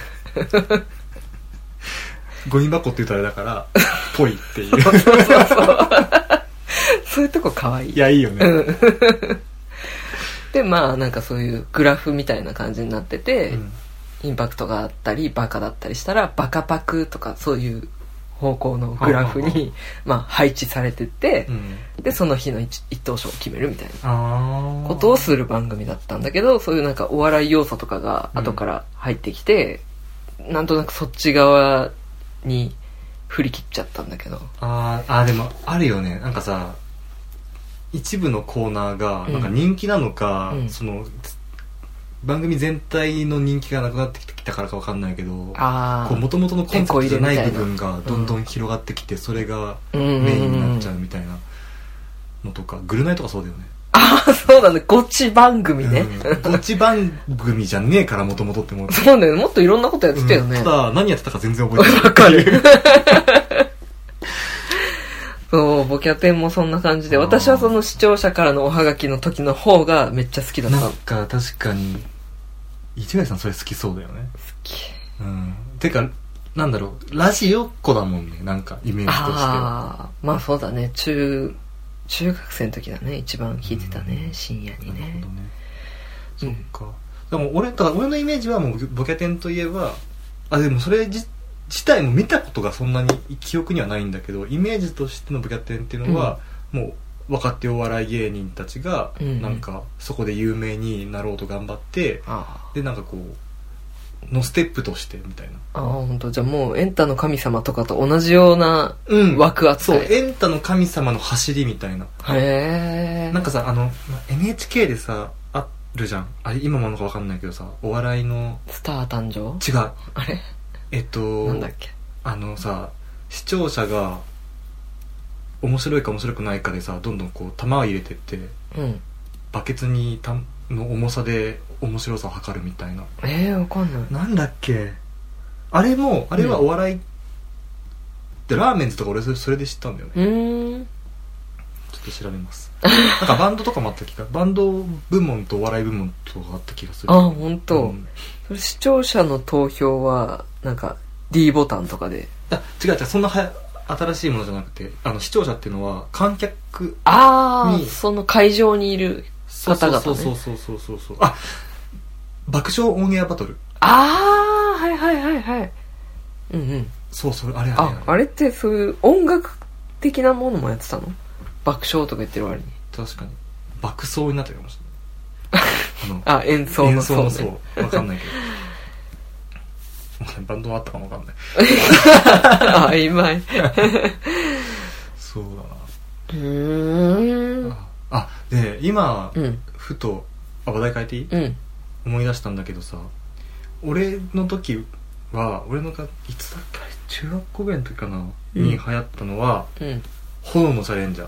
Speaker 1: ゴミ箱って言うとあれだからぽいって いう
Speaker 2: そうそうそう。そういうとこ可愛い
Speaker 1: い。やいいよね、
Speaker 2: で、まあ、なんかそういうグラフみたいな感じになってて、
Speaker 1: うん
Speaker 2: インパクトがあったりバカだったりしたらバカパクとかそういう方向のグラフ
Speaker 1: はいはい
Speaker 2: にまあ配置されてって
Speaker 1: う、ん、
Speaker 2: でその日の一一等賞を決めるみたいな
Speaker 1: ああ
Speaker 2: ことをする番組だったんだけどそういうなんかお笑い要素とかが後から入ってきて、なんとなくそっち側に振り切っちゃったんだけど
Speaker 1: あーあーでもあるよねなんかさ一部のコーナーが
Speaker 2: うん
Speaker 1: なんか人気なのか、
Speaker 2: うん
Speaker 1: その番組全体の人気がなくなってきたからかわかんないけど
Speaker 2: あ
Speaker 1: こう元々のコンセプトじゃない部分が
Speaker 2: たいな
Speaker 1: どんどん広がってきてそれが
Speaker 2: メ
Speaker 1: メインになっちゃうみたいなのとかグルナイとかそうだよね
Speaker 2: あそうなんだゴチ番組ね、
Speaker 1: うん、ゴチ番組じゃねえからもともとってもう
Speaker 2: そうだよねもっといろんなことやってたよね、
Speaker 1: うんただ何やってたか全然覚えてない
Speaker 2: わかる。そう、ボキャテンもそんな感じで、
Speaker 1: あー
Speaker 2: 私はその視聴者からのおはがきの時の方がめっちゃ好きだった。
Speaker 1: な
Speaker 2: 好
Speaker 1: んか確かに市ヶ谷さんそれ好きそうだよね
Speaker 2: き。
Speaker 1: うんてかなんだろうラジオっ子だもんねなんかイメージとしては
Speaker 2: ああ、まあそうだね、中、中学生の時だね、一番聞いてたね、深夜に
Speaker 1: なる
Speaker 2: ね
Speaker 1: ほど。ねそっかでも俺だから俺のイメージはもうボキャテンといえばあでもそれじ自体も見たことがそんなに記憶にはないんだけどイメージとしてのボキャテンっていうのは、もう若手お笑い芸人たちが
Speaker 2: うんうん
Speaker 1: なんかそこで有名になろうと頑張って、
Speaker 2: あ
Speaker 1: でなんかこうのステップとしてみたいな
Speaker 2: ああ本当じゃあもうエンタの神様とかと同じような
Speaker 1: うん
Speaker 2: 枠扱
Speaker 1: そう
Speaker 2: い、へ
Speaker 1: エンタの神様の走りみたいな
Speaker 2: え
Speaker 1: なんかさあのま NHK でさあるじゃんあれ今もあるのか分かんないけどさお笑いの
Speaker 2: スター誕生
Speaker 1: 違う
Speaker 2: あれ
Speaker 1: えっと
Speaker 2: なんだっけ
Speaker 1: あのさ視聴者が面白いか面白くないかでさどんどんこう玉を入れてって
Speaker 2: うん
Speaker 1: バケツにたの重さで面白さを測るみたいな
Speaker 2: えー、わかんない
Speaker 1: なんだっけあれもあれはお笑い、でラーメンズとか俺それそれで知ったんだよね
Speaker 2: うーん
Speaker 1: ちょっと調べますなんかバンドとかもあった気がバンド部門とお笑い部門とかあった気がする
Speaker 2: あ本当、
Speaker 1: ん
Speaker 2: それ視聴者の投票はなんか D ボタンとかで
Speaker 1: あ違う違うそんなはや新しいものじゃなくてあの視聴者っていうのは観客
Speaker 2: ああ
Speaker 1: に
Speaker 2: その会場にいる
Speaker 1: そう
Speaker 2: 方々ね
Speaker 1: そうそうそうそうそうそうあ爆笑オンエアバトル
Speaker 2: ああはいはいはいはいうんうん
Speaker 1: そうそうあれあれ
Speaker 2: ああれってそういう音楽的なものもやってたの爆笑とか言ってる割に
Speaker 1: 確かに爆走になってるかもしれ ないあ
Speaker 2: あ演奏
Speaker 1: の
Speaker 2: の
Speaker 1: 演奏の
Speaker 2: そうね
Speaker 1: そうわかんないけど バンドはあったかもわかんない
Speaker 2: あ曖昧
Speaker 1: そうだ
Speaker 2: う
Speaker 1: な
Speaker 2: ー
Speaker 1: んああで今
Speaker 2: うん
Speaker 1: ふとあ話題変えていい
Speaker 2: うん
Speaker 1: 思い出したんだけどさ俺の時は俺のがいつだっけあれ中学校ぐらいの時かな、
Speaker 2: うん
Speaker 1: に流行ったのは
Speaker 2: うん
Speaker 1: 「炎のチャレンジャー」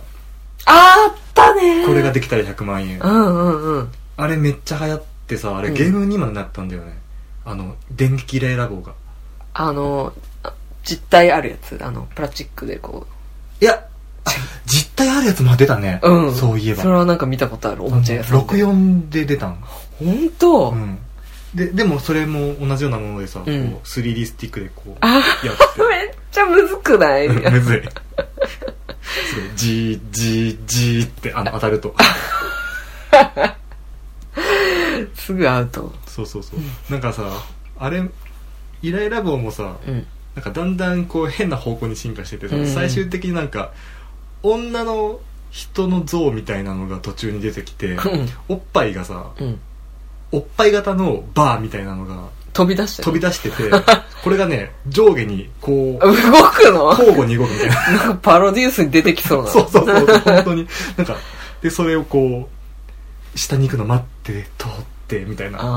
Speaker 2: あったねー
Speaker 1: これができたら100万円、
Speaker 2: うんうんうん
Speaker 1: あれめっちゃ流行ってさあれ
Speaker 2: うん
Speaker 1: ゲームにもなったんだよね、あの電撃レーラ棒が
Speaker 2: あのあ実体あるやつあのプラスチックでこ
Speaker 1: いやあ実体あるやつも出たね、
Speaker 2: ううん
Speaker 1: そういえば
Speaker 2: それはなんか見たことあるおもちゃ屋さんで
Speaker 1: 64で出たん、
Speaker 2: 本当、
Speaker 1: うん、ででもそれも同じようなものでさ、
Speaker 2: うん
Speaker 1: こう 3D スティックでこう
Speaker 2: あ
Speaker 1: やっ て
Speaker 2: めっちゃむずくない
Speaker 1: うん むずい。すごいじーじーじーってあの当たると。
Speaker 2: すぐアウト
Speaker 1: そうそうそう。なんかさ、あれ、イライラ棒もさ、
Speaker 2: うん
Speaker 1: なんかだんだんこう変な方向に進化しててさ、
Speaker 2: うん
Speaker 1: 最終的になんか、女の人の像みたいなのが途中に出てきて、おっぱいがさ、
Speaker 2: うん
Speaker 1: おっぱい型のバーみたいなのが
Speaker 2: 飛び出して
Speaker 1: 飛び出して て、これがね、上下にこう、
Speaker 2: 動くの
Speaker 1: 交互に動くみたいな。
Speaker 2: なんかパロデュースに出てきそうな
Speaker 1: そうそうそう、本当に。なんか、で、それをこう、下に行くの待って、通って、みたい
Speaker 2: あ
Speaker 1: な、
Speaker 2: あああ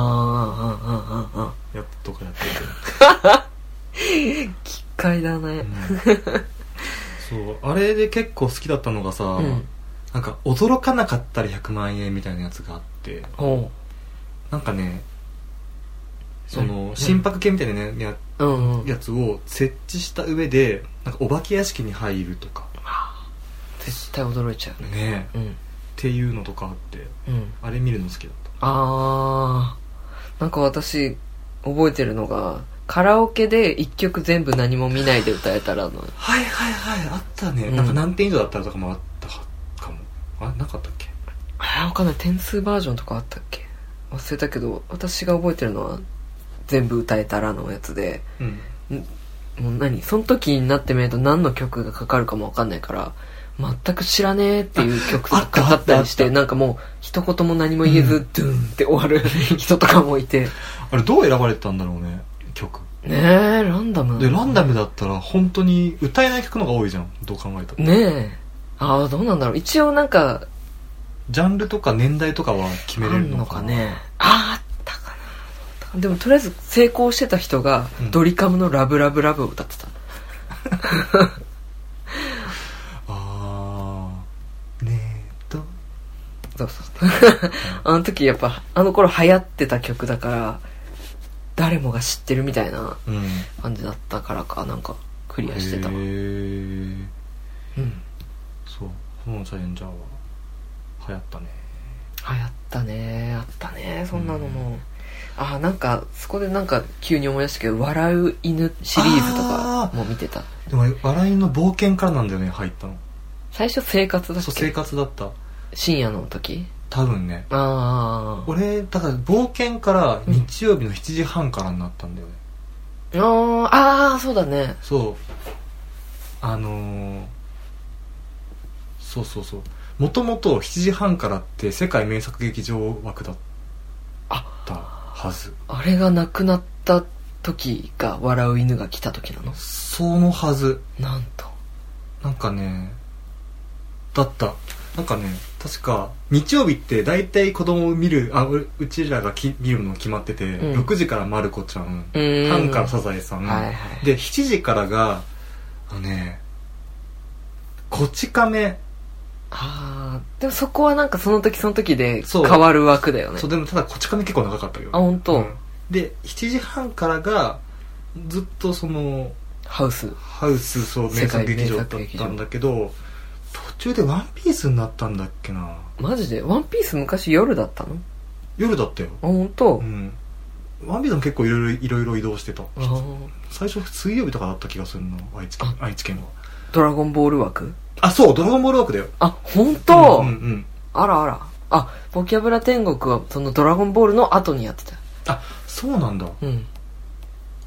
Speaker 2: ああ
Speaker 1: やっとかやって
Speaker 2: 機械だね
Speaker 1: て。そう、あれで結構好きだったのがさ、
Speaker 2: うん
Speaker 1: なんか、驚かなかったら100万円みたいなやつがあって、
Speaker 2: お
Speaker 1: なんかね、その、
Speaker 2: うん
Speaker 1: 心拍計みたいなね、や
Speaker 2: ううんうん
Speaker 1: やつを設置した上で、なんか、お化け屋敷に入るとか、
Speaker 2: 絶対驚いちゃうね
Speaker 1: ねえ、っ
Speaker 2: うん
Speaker 1: ていうのとかあって、
Speaker 2: うん
Speaker 1: あれ見るの好きだった。
Speaker 2: ああなんか私覚えてるのがカラオケで一曲全部何も見ないで歌えたらの
Speaker 1: はいはいはいあったね、
Speaker 2: うん
Speaker 1: なんか何点以上だったらとかもあったかかもあなかったっけ
Speaker 2: ああわかんない点数バージョンとかあったっけ忘れたけど私が覚えてるのは全部歌えたらのやつで
Speaker 1: うん
Speaker 2: もう何その時になってみると何の曲がかかるかもわかんないから全く知らねえっていう曲
Speaker 1: ああ
Speaker 2: が
Speaker 1: った
Speaker 2: かかったりし
Speaker 1: あ
Speaker 2: て
Speaker 1: った
Speaker 2: なんかもう一言も何も言えず、
Speaker 1: うん
Speaker 2: ドゥンって終 わる人とかもいて
Speaker 1: あれどう選ばれてたんだろうね曲
Speaker 2: ねえランダム
Speaker 1: でランダムだったら本当に歌えない曲の方が多いじゃんどう考えたら
Speaker 2: ねえああどうなんだろう一応なんか
Speaker 1: ジャンルとか年代とかは決
Speaker 2: あ
Speaker 1: めれる
Speaker 2: ん
Speaker 1: の
Speaker 2: の
Speaker 1: か
Speaker 2: か
Speaker 1: な
Speaker 2: ねああったかなどうだったかなでもとりあえず成功してた人が
Speaker 1: うん
Speaker 2: ドリカムの「ラブラブラブ」を歌ってた
Speaker 1: あーねえ と
Speaker 2: そうそうそうあの時やっぱあの頃流行ってた曲だから誰もが知ってるみたいな
Speaker 1: うん
Speaker 2: 感じだったからかなんかクリアしてたわうん
Speaker 1: へえそうこのチャレンジャーは流行ったね
Speaker 2: 流行ったねあったねそんなのも、あなんかそこでなんか急に思い出したけど「笑う犬」シリーズとかも見てた
Speaker 1: でも笑いの冒険からなんだよね入ったの
Speaker 2: 最初生活だっ
Speaker 1: そう生
Speaker 2: け
Speaker 1: 活だった
Speaker 2: 深夜の時
Speaker 1: 多分ね
Speaker 2: あ
Speaker 1: 俺だから冒険から日曜日の7時半からになったんだよね、
Speaker 2: あーあーそうだね
Speaker 1: そうあのーそうそうそうもともと7時半からって世界名作劇場枠だったはず
Speaker 2: あれがなくなった時が笑う犬が来た時なの
Speaker 1: そのはず
Speaker 2: なんと
Speaker 1: なんかねだったなんかね確か日曜日って大体子供を見るあううちらがき見るの決まってて、
Speaker 2: うん
Speaker 1: 6時から「まる子ちゃん」
Speaker 2: うーん
Speaker 1: 半から「サザエさん」
Speaker 2: はいはい
Speaker 1: で7時からがあのね「こち亀」
Speaker 2: ああでもそこはなんかその時その時で
Speaker 1: そ
Speaker 2: 変
Speaker 1: う
Speaker 2: わる枠だよね
Speaker 1: そうでもただこち亀結構長かったよ
Speaker 2: あ本当、
Speaker 1: うんで7時半からがずっとその
Speaker 2: ハウス
Speaker 1: ハウスそう名
Speaker 2: 世
Speaker 1: 作
Speaker 2: 界
Speaker 1: 劇場だ
Speaker 2: 名
Speaker 1: っ
Speaker 2: 作劇場
Speaker 1: たんだけど途中で「ワンピースになったんだっけな
Speaker 2: マジでワンピース昔夜だったの
Speaker 1: 夜だったよ
Speaker 2: あ本当、
Speaker 1: うんワンピースも結構いろいろいろいろ移動してた
Speaker 2: あー
Speaker 1: 最初水曜日とかだった気がするの愛知県愛知県は
Speaker 2: ドラゴンボール枠
Speaker 1: あそう「ドラゴンボールワーク」だよ
Speaker 2: あ本当、
Speaker 1: うんうんうん
Speaker 2: あらあらあボキャブラ天国はそのドラゴンボールの後にやってた
Speaker 1: あそうなんだ
Speaker 2: うん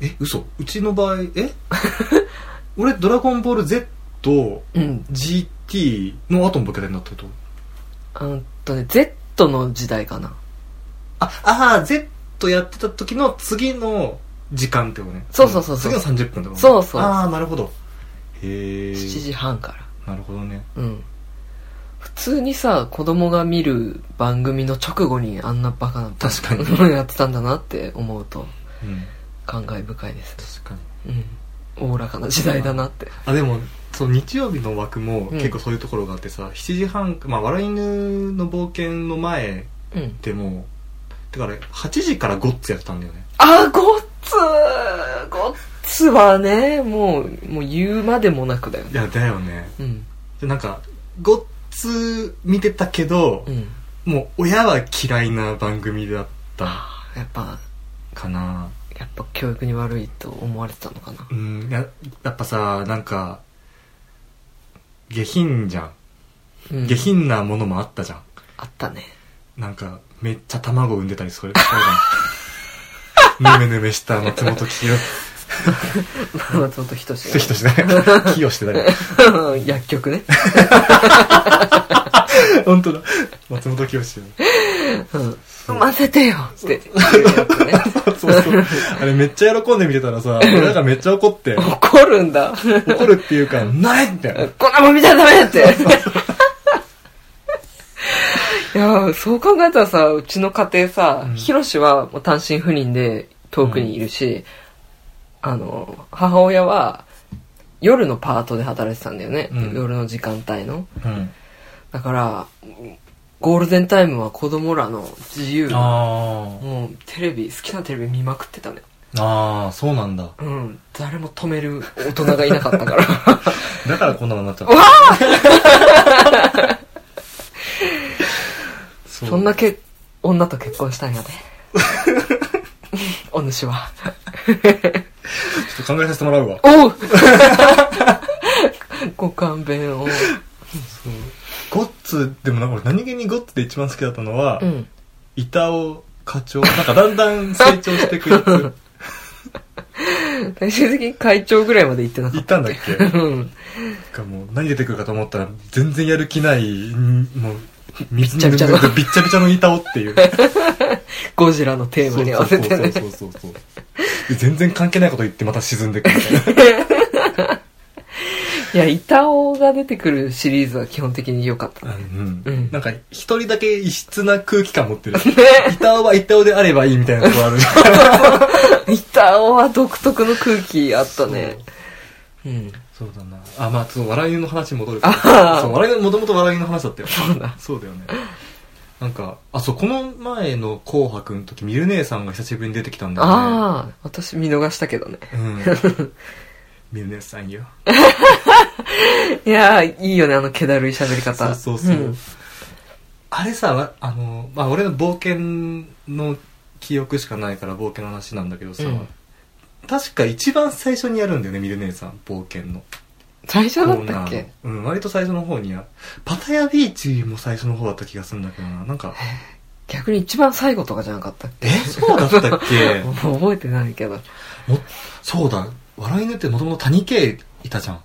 Speaker 1: え嘘うちの場合え 俺「ドラゴンボール Z」
Speaker 2: うん
Speaker 1: GT の後のボキャブラになったこと
Speaker 2: あのとね Z の時代かな
Speaker 1: ああー Z やってた時の次の時間ってことね
Speaker 2: そうそうそうそう
Speaker 1: 次の30分とか
Speaker 2: そうそう
Speaker 1: ああなるほどへえ
Speaker 2: 7時半から
Speaker 1: なるほどね
Speaker 2: うん普通にさ子供が見る番組の直後にあんなバカな
Speaker 1: 確かに
Speaker 2: に やってたんだなって思うと
Speaker 1: うん
Speaker 2: 感慨深いです
Speaker 1: 確かに
Speaker 2: うんおおらかな時代だなって
Speaker 1: あでもそう日曜日の枠も
Speaker 2: うん
Speaker 1: 結構そういうところがあってさ、7時半まあ笑い犬の冒険の前
Speaker 2: うん
Speaker 1: でもだから8時からゴッツやってたんだよね
Speaker 2: あーゴッツーゴッツはねもうもう言うまでもなくだよ
Speaker 1: い
Speaker 2: ね
Speaker 1: やだよね
Speaker 2: うん
Speaker 1: でなんかゴッツ見てたけど
Speaker 2: う、ん
Speaker 1: もう親は嫌いな番組だった
Speaker 2: やっぱ
Speaker 1: かな
Speaker 2: やっぱ教育に悪いと思われてたのかな
Speaker 1: うんややっぱさなんか下品じゃん、
Speaker 2: うん
Speaker 1: 下品なものもあったじゃん
Speaker 2: あったね
Speaker 1: なんかめっちゃ卵産んでたりするそうじゃんぬめぬめした松本清
Speaker 2: 松 本人
Speaker 1: 志
Speaker 2: 志
Speaker 1: として清してたり
Speaker 2: 薬局ね
Speaker 1: 本当だ松本清志
Speaker 2: うん混ぜてよ って
Speaker 1: そうそうあれめっちゃ喜んで見てたらさ親がめっちゃ怒って
Speaker 2: 怒るんだ
Speaker 1: 怒るっていうか「ない!」みたいな
Speaker 2: こんなもん見たらダメだっていやそう考えたらさうちの家庭さ
Speaker 1: うん
Speaker 2: ヒロシはもう単身赴任で遠くにいるし、あの母親は夜のパートで働いてたんだよね、
Speaker 1: うん
Speaker 2: 夜の時間帯の
Speaker 1: うん
Speaker 2: だからゴールデンタイムは子供らの自由な
Speaker 1: あ
Speaker 2: もうテレビ好きなテレビ見まくってたね
Speaker 1: ーあーそうなんだ
Speaker 2: うん誰も止める大人がいなかったから
Speaker 1: だからこんなのになっちゃっ
Speaker 2: うわ
Speaker 1: たそ
Speaker 2: そんなけ女と結婚したん やでお主は
Speaker 1: ちょっと考えさせてもらうわ
Speaker 2: おう ご勘弁を
Speaker 1: ゴッツでもなんか俺何気にゴッツで一番好きだったのは、
Speaker 2: うん
Speaker 1: 板尾課長なんかだんだん成長していくやつ
Speaker 2: 最終的に会長ぐらいまで行ってなか
Speaker 1: 行
Speaker 2: っ
Speaker 1: ったんだっけなん
Speaker 2: たうん
Speaker 1: かもう何出てくるかと思ったら全然やる気ないんもう水
Speaker 2: びっちゃびちゃの
Speaker 1: びっちゃびちゃの板尾っていう
Speaker 2: ゴジラのテーマに合わせてね
Speaker 1: そうそうそうそうそうで全然関係ないこと言ってまた沈んでくるみたいない
Speaker 2: や板尾が出てくるシリーズは基本的に良かったね
Speaker 1: うん
Speaker 2: うん
Speaker 1: なんか一人だけ異質な空気感持 ってる。板尾は板尾であればいいみたいなとこある。
Speaker 2: 板尾は独特の空気あったねうん
Speaker 1: そう。そうだな。あ、まあ、そう、笑いの話に戻る
Speaker 2: あー
Speaker 1: そう、笑いの、もともと笑いの話だったよ。
Speaker 2: そうだ
Speaker 1: そうだよね。なんか、あ、そう、この前の紅白の時、みる姉さんが久しぶりに出てきたんだよね。
Speaker 2: ああ私見逃した けどね
Speaker 1: うん。みる姉さんよ。
Speaker 2: いやー、いいよね、あの、気だるい喋り方。
Speaker 1: そうそうそう。
Speaker 2: ん
Speaker 1: あれさ、わあの、まあ、俺の冒険の記憶しかないから冒険の話なんだけどさ、
Speaker 2: うん
Speaker 1: 確か一番最初にやるんだよね、ミル姉さん、冒険の。
Speaker 2: 最初だったっけ
Speaker 1: コーナーのうん、割と最初の方にや。パタヤビーチも最初の方だった気がするんだけどな。なんか、
Speaker 2: 逆に一番最後とかじゃなかったっ
Speaker 1: えそうだったっけ
Speaker 2: け もう覚えてないけど。
Speaker 1: もそうだ笑い犬ってもともと谷圭いたじゃん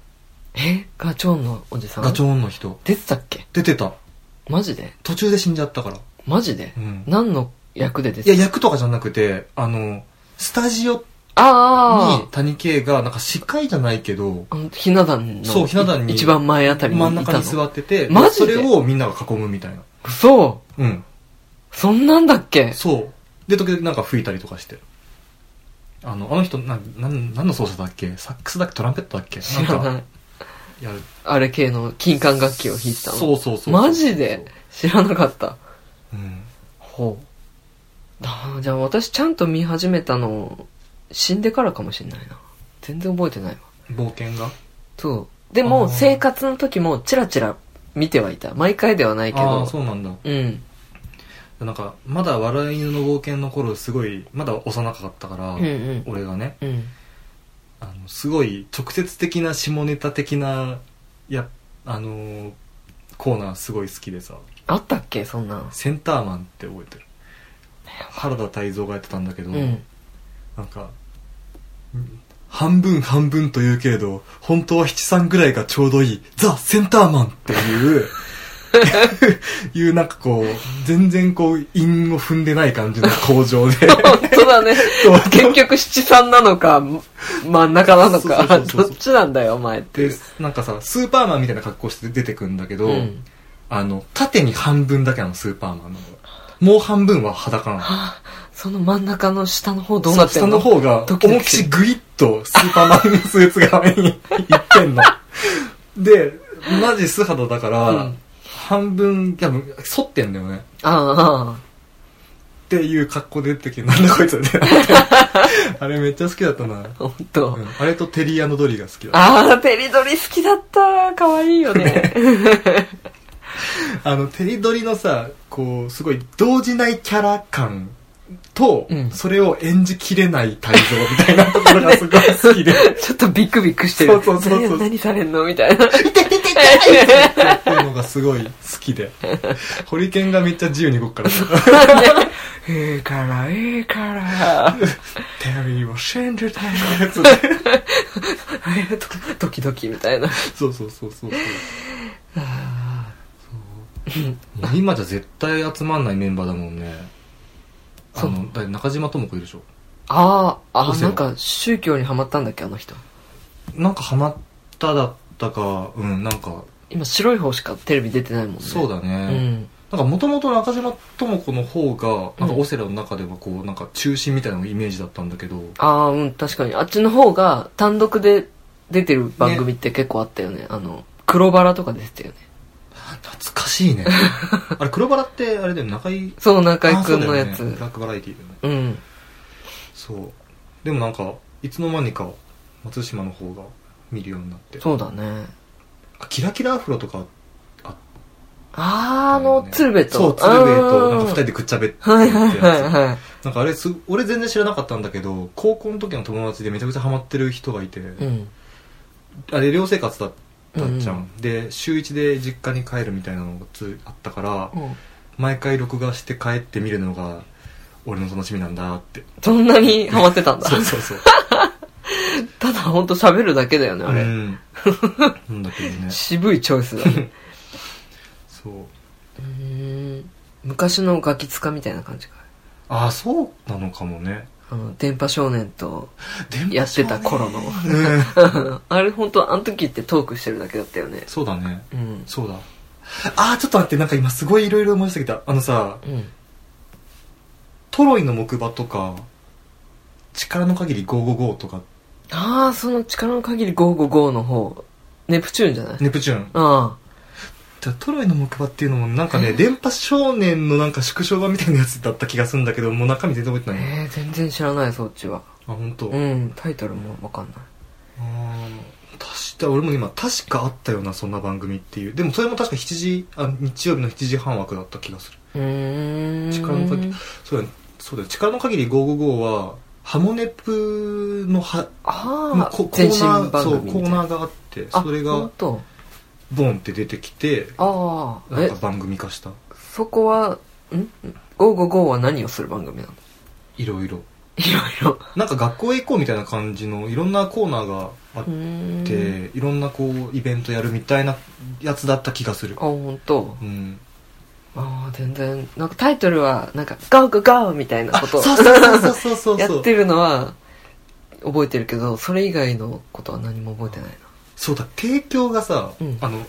Speaker 2: えガチョンのおじさん
Speaker 1: ガチョウンの人
Speaker 2: 出てたっけ
Speaker 1: 出てた
Speaker 2: マジで
Speaker 1: 途中で死んじゃったから
Speaker 2: マジで、
Speaker 1: うん
Speaker 2: 何の役で出
Speaker 1: いや
Speaker 2: てた
Speaker 1: 役とかじゃなくてあのスタジオに
Speaker 2: あ
Speaker 1: 谷圭がなんか司会じゃないけど
Speaker 2: ああのひな壇の
Speaker 1: そうひな壇に
Speaker 2: 一番前あたりにい
Speaker 1: 真
Speaker 2: た
Speaker 1: ん
Speaker 2: の
Speaker 1: 中に座ってて
Speaker 2: マジ
Speaker 1: そ
Speaker 2: で
Speaker 1: れをみんなが囲むみたいな
Speaker 2: 嘘
Speaker 1: うん
Speaker 2: そんなんだっけ
Speaker 1: そうで時々なんか吹いたりとかしてあのあの人ななん何の奏者だっけサックスだっけトランペットだっけ
Speaker 2: 知ら
Speaker 1: んか
Speaker 2: ない
Speaker 1: やる
Speaker 2: あれ系の金管楽器を弾いてたの
Speaker 1: そうそうそう
Speaker 2: マジで知らなかった
Speaker 1: うん
Speaker 2: ほうあーじゃあ私ちゃんと見始めたの死んでからかもしれないな全然覚えてないわ
Speaker 1: 冒険が
Speaker 2: そうで
Speaker 1: あ
Speaker 2: も
Speaker 1: ー
Speaker 2: 生活の時もチラチラ見てはいた毎回ではないけ
Speaker 1: ああ
Speaker 2: ど
Speaker 1: そうなんだ
Speaker 2: うん
Speaker 1: なんかまだ笑い犬の冒険の頃すごいまだ幼かったから、
Speaker 2: うんうん
Speaker 1: 俺がね
Speaker 2: うん
Speaker 1: あのすごい直接的な下ネタ的ないやあのーコーナーすごい好きでさ
Speaker 2: あったっけそんなん
Speaker 1: センターマンって覚えてる原田泰造がやってたんだけど、
Speaker 2: うん
Speaker 1: なんかうん半分半分というけれど本当は七三ぐらいがちょうどいいザ・センターマンっていう いうなんかこう全然こう韻を踏んでない感じの工場 で
Speaker 2: 本当だね
Speaker 1: そう
Speaker 2: 結局七三なのか真ん中なのか
Speaker 1: そうそうそうそう
Speaker 2: どっちなんだよお前ってい
Speaker 1: で
Speaker 2: う
Speaker 1: なんかさスーパーマンみたいな格好して出てくんだけど、
Speaker 2: うん
Speaker 1: あの縦に半分だけなのスーパーマンなのもう半分は裸なの
Speaker 2: あその真ん中の下の方どうなってん
Speaker 1: そ
Speaker 2: の
Speaker 1: う下の方が
Speaker 2: ドキド
Speaker 1: 思いっ
Speaker 2: キ
Speaker 1: き
Speaker 2: する
Speaker 1: しグイッとスーパーマンのスーツが上にいって んのでマジ素肌だから、
Speaker 2: うん
Speaker 1: 半分多分反ってんだよね
Speaker 2: あ
Speaker 1: っていう格好で出てきてなんだこいつって あれめっちゃ好きだったな、
Speaker 2: あ本当、
Speaker 1: うんあれとテリードリーが好きだ
Speaker 2: ああテリドリ好きだった可愛いよね
Speaker 1: あのテリドリのさこうすごい動じないキャラ感と、
Speaker 2: うん
Speaker 1: それを演じきれない体像みたいなところがす ごい好 きで
Speaker 2: ちょっとビクビクしてる
Speaker 1: そうそうそうそう
Speaker 2: 何何されんのみたいな
Speaker 1: やってるのがすごい好きでホリケンがめっちゃ自由に動く からさ
Speaker 2: ええからええから
Speaker 1: テリーは死んでたよつって
Speaker 2: えードドキドキみたいな
Speaker 1: そうそうそうそうそうそうもう今じゃ絶対集まんないメンバーだもんねあ
Speaker 2: そう
Speaker 1: のだって中島智子いるでしょ
Speaker 2: あーあ
Speaker 1: どう
Speaker 2: ー
Speaker 1: せよ
Speaker 2: なんか宗教にハマったんだっけあの人
Speaker 1: なんかハマっただったかうんなんか
Speaker 2: 今白い方しかテレビ出てないもんね
Speaker 1: そうだ
Speaker 2: う
Speaker 1: ね、
Speaker 2: ん
Speaker 1: なんかもともと中島智子の方がなんかオセラの中ではこうなんか中心みたいなイメージだったんだけど、
Speaker 2: ああうん確かにあっちの方が単独で出てる番組って結構あったよねあの黒バラとか出てたよね
Speaker 1: 懐かしいね あれ黒バラってあれだよね中井
Speaker 2: そう中居君のや
Speaker 1: あ
Speaker 2: つ
Speaker 1: そうだよねブラックバラエティだよね
Speaker 2: うん
Speaker 1: そうでもなんかいつの間にか松島の方が見るようになって
Speaker 2: そうだね
Speaker 1: キラキラアフロとか
Speaker 2: あーあの鶴瓶と
Speaker 1: そう鶴瓶となんか
Speaker 2: あー
Speaker 1: 二人でくっちゃべってって
Speaker 2: はいはいはい
Speaker 1: や
Speaker 2: は
Speaker 1: つなんかあれす俺全然知らなかったんだけど高校の時の友達でめちゃくちゃハマってる人がいて、
Speaker 2: いうん
Speaker 1: あれ寮生活だったじゃん、
Speaker 2: う
Speaker 1: で週一で実家に帰るみたいなのがつあったから、
Speaker 2: うん
Speaker 1: 毎回録画して帰って見るのが俺の楽しみなんだって
Speaker 2: そんなにハマってたんだ
Speaker 1: そうそうそう
Speaker 2: ただ本当喋るだけだよねあれ、
Speaker 1: うん、なんだけど ね
Speaker 2: 渋いチョイスだね
Speaker 1: そう
Speaker 2: うーん昔のガキ使みたいな感じか
Speaker 1: ああそうなのかもね
Speaker 2: あの電波少年と
Speaker 1: 電波
Speaker 2: やってた頃の
Speaker 1: 少年うん
Speaker 2: あれ本当あの時ってトークしてるだけだったよね
Speaker 1: そうだね
Speaker 2: うん
Speaker 1: そうだああちょっと待ってなんか今すごいいろいろ思い出してきたあのさ
Speaker 2: うん
Speaker 1: トロイの木馬とか力の限り555とか
Speaker 2: ああ、その力の限り555の方。ネプチューンじゃない、
Speaker 1: ネプチューン
Speaker 2: あ
Speaker 1: じゃあトロイの木馬っていうのもなんかね電波少年のなんか縮小版みたいなやつだった気がするんだけどもう中身全然覚
Speaker 2: あ。
Speaker 1: えてない
Speaker 2: ええ全然知らない、そっちは。
Speaker 1: あ本当。
Speaker 2: うん、タイトルもわかんない。
Speaker 1: あー確か俺も今確かあったようなそんな番組っていうでもそれも確か7時あ日曜日の7時半枠だった気がする
Speaker 2: うーん。
Speaker 1: 力の限りそうだねそうだよ力の限り555はハモネプのはの
Speaker 2: ああ
Speaker 1: こ、コ
Speaker 2: 全身
Speaker 1: ーナー
Speaker 2: 番
Speaker 1: そう
Speaker 2: 組
Speaker 1: コ
Speaker 2: み
Speaker 1: ー
Speaker 2: たいな。
Speaker 1: ナーがあって
Speaker 2: あ、
Speaker 1: それ
Speaker 2: ほん
Speaker 1: が
Speaker 2: と
Speaker 1: ボンって出てきて
Speaker 2: ああ、
Speaker 1: なん
Speaker 2: え
Speaker 1: か、番組化した
Speaker 2: そこは555は何をする番組なの
Speaker 1: いろいろ
Speaker 2: いろいろ
Speaker 1: なんか学校へ行こうみたいな感じのいろんなコーナーがあっ
Speaker 2: うーん
Speaker 1: ていろんなこうイベントやるみたいなやつだった気がする
Speaker 2: あ本当
Speaker 1: うん
Speaker 2: ああ全然なんかタイトルはなんか「ゴーゴーゴー」みたいな
Speaker 1: あ
Speaker 2: こ
Speaker 1: そ
Speaker 2: と
Speaker 1: うそうそうそうそう
Speaker 2: や
Speaker 1: そ
Speaker 2: っ
Speaker 1: う
Speaker 2: てるのは覚えてるけどそれ以外のことは何も覚えてないな
Speaker 1: そうだ提供がさ、
Speaker 2: うん
Speaker 1: あの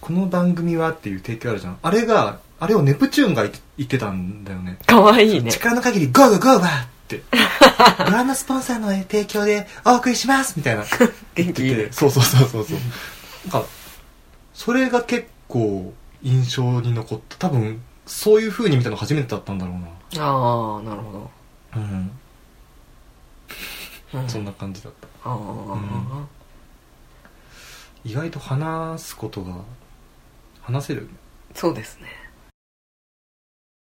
Speaker 1: この番組はっていう提供あるじゃんあれがあれをネプチューンが言って言ってたんだよね
Speaker 2: かわいいね
Speaker 1: 力の限りゴーゴーゴーバーって ご覧のスポンサーの提供でお送りしますみたいな
Speaker 2: 元気いいね
Speaker 1: そうそうそうそうそうなんかそれが結構印象に残った多分そういう風に見たの初めてだったんだろう
Speaker 2: ああなるほ
Speaker 1: なうん
Speaker 2: ど、うん、
Speaker 1: そんな感じだった
Speaker 2: ああ、
Speaker 1: ん意外と話すことが話せる
Speaker 2: そうですね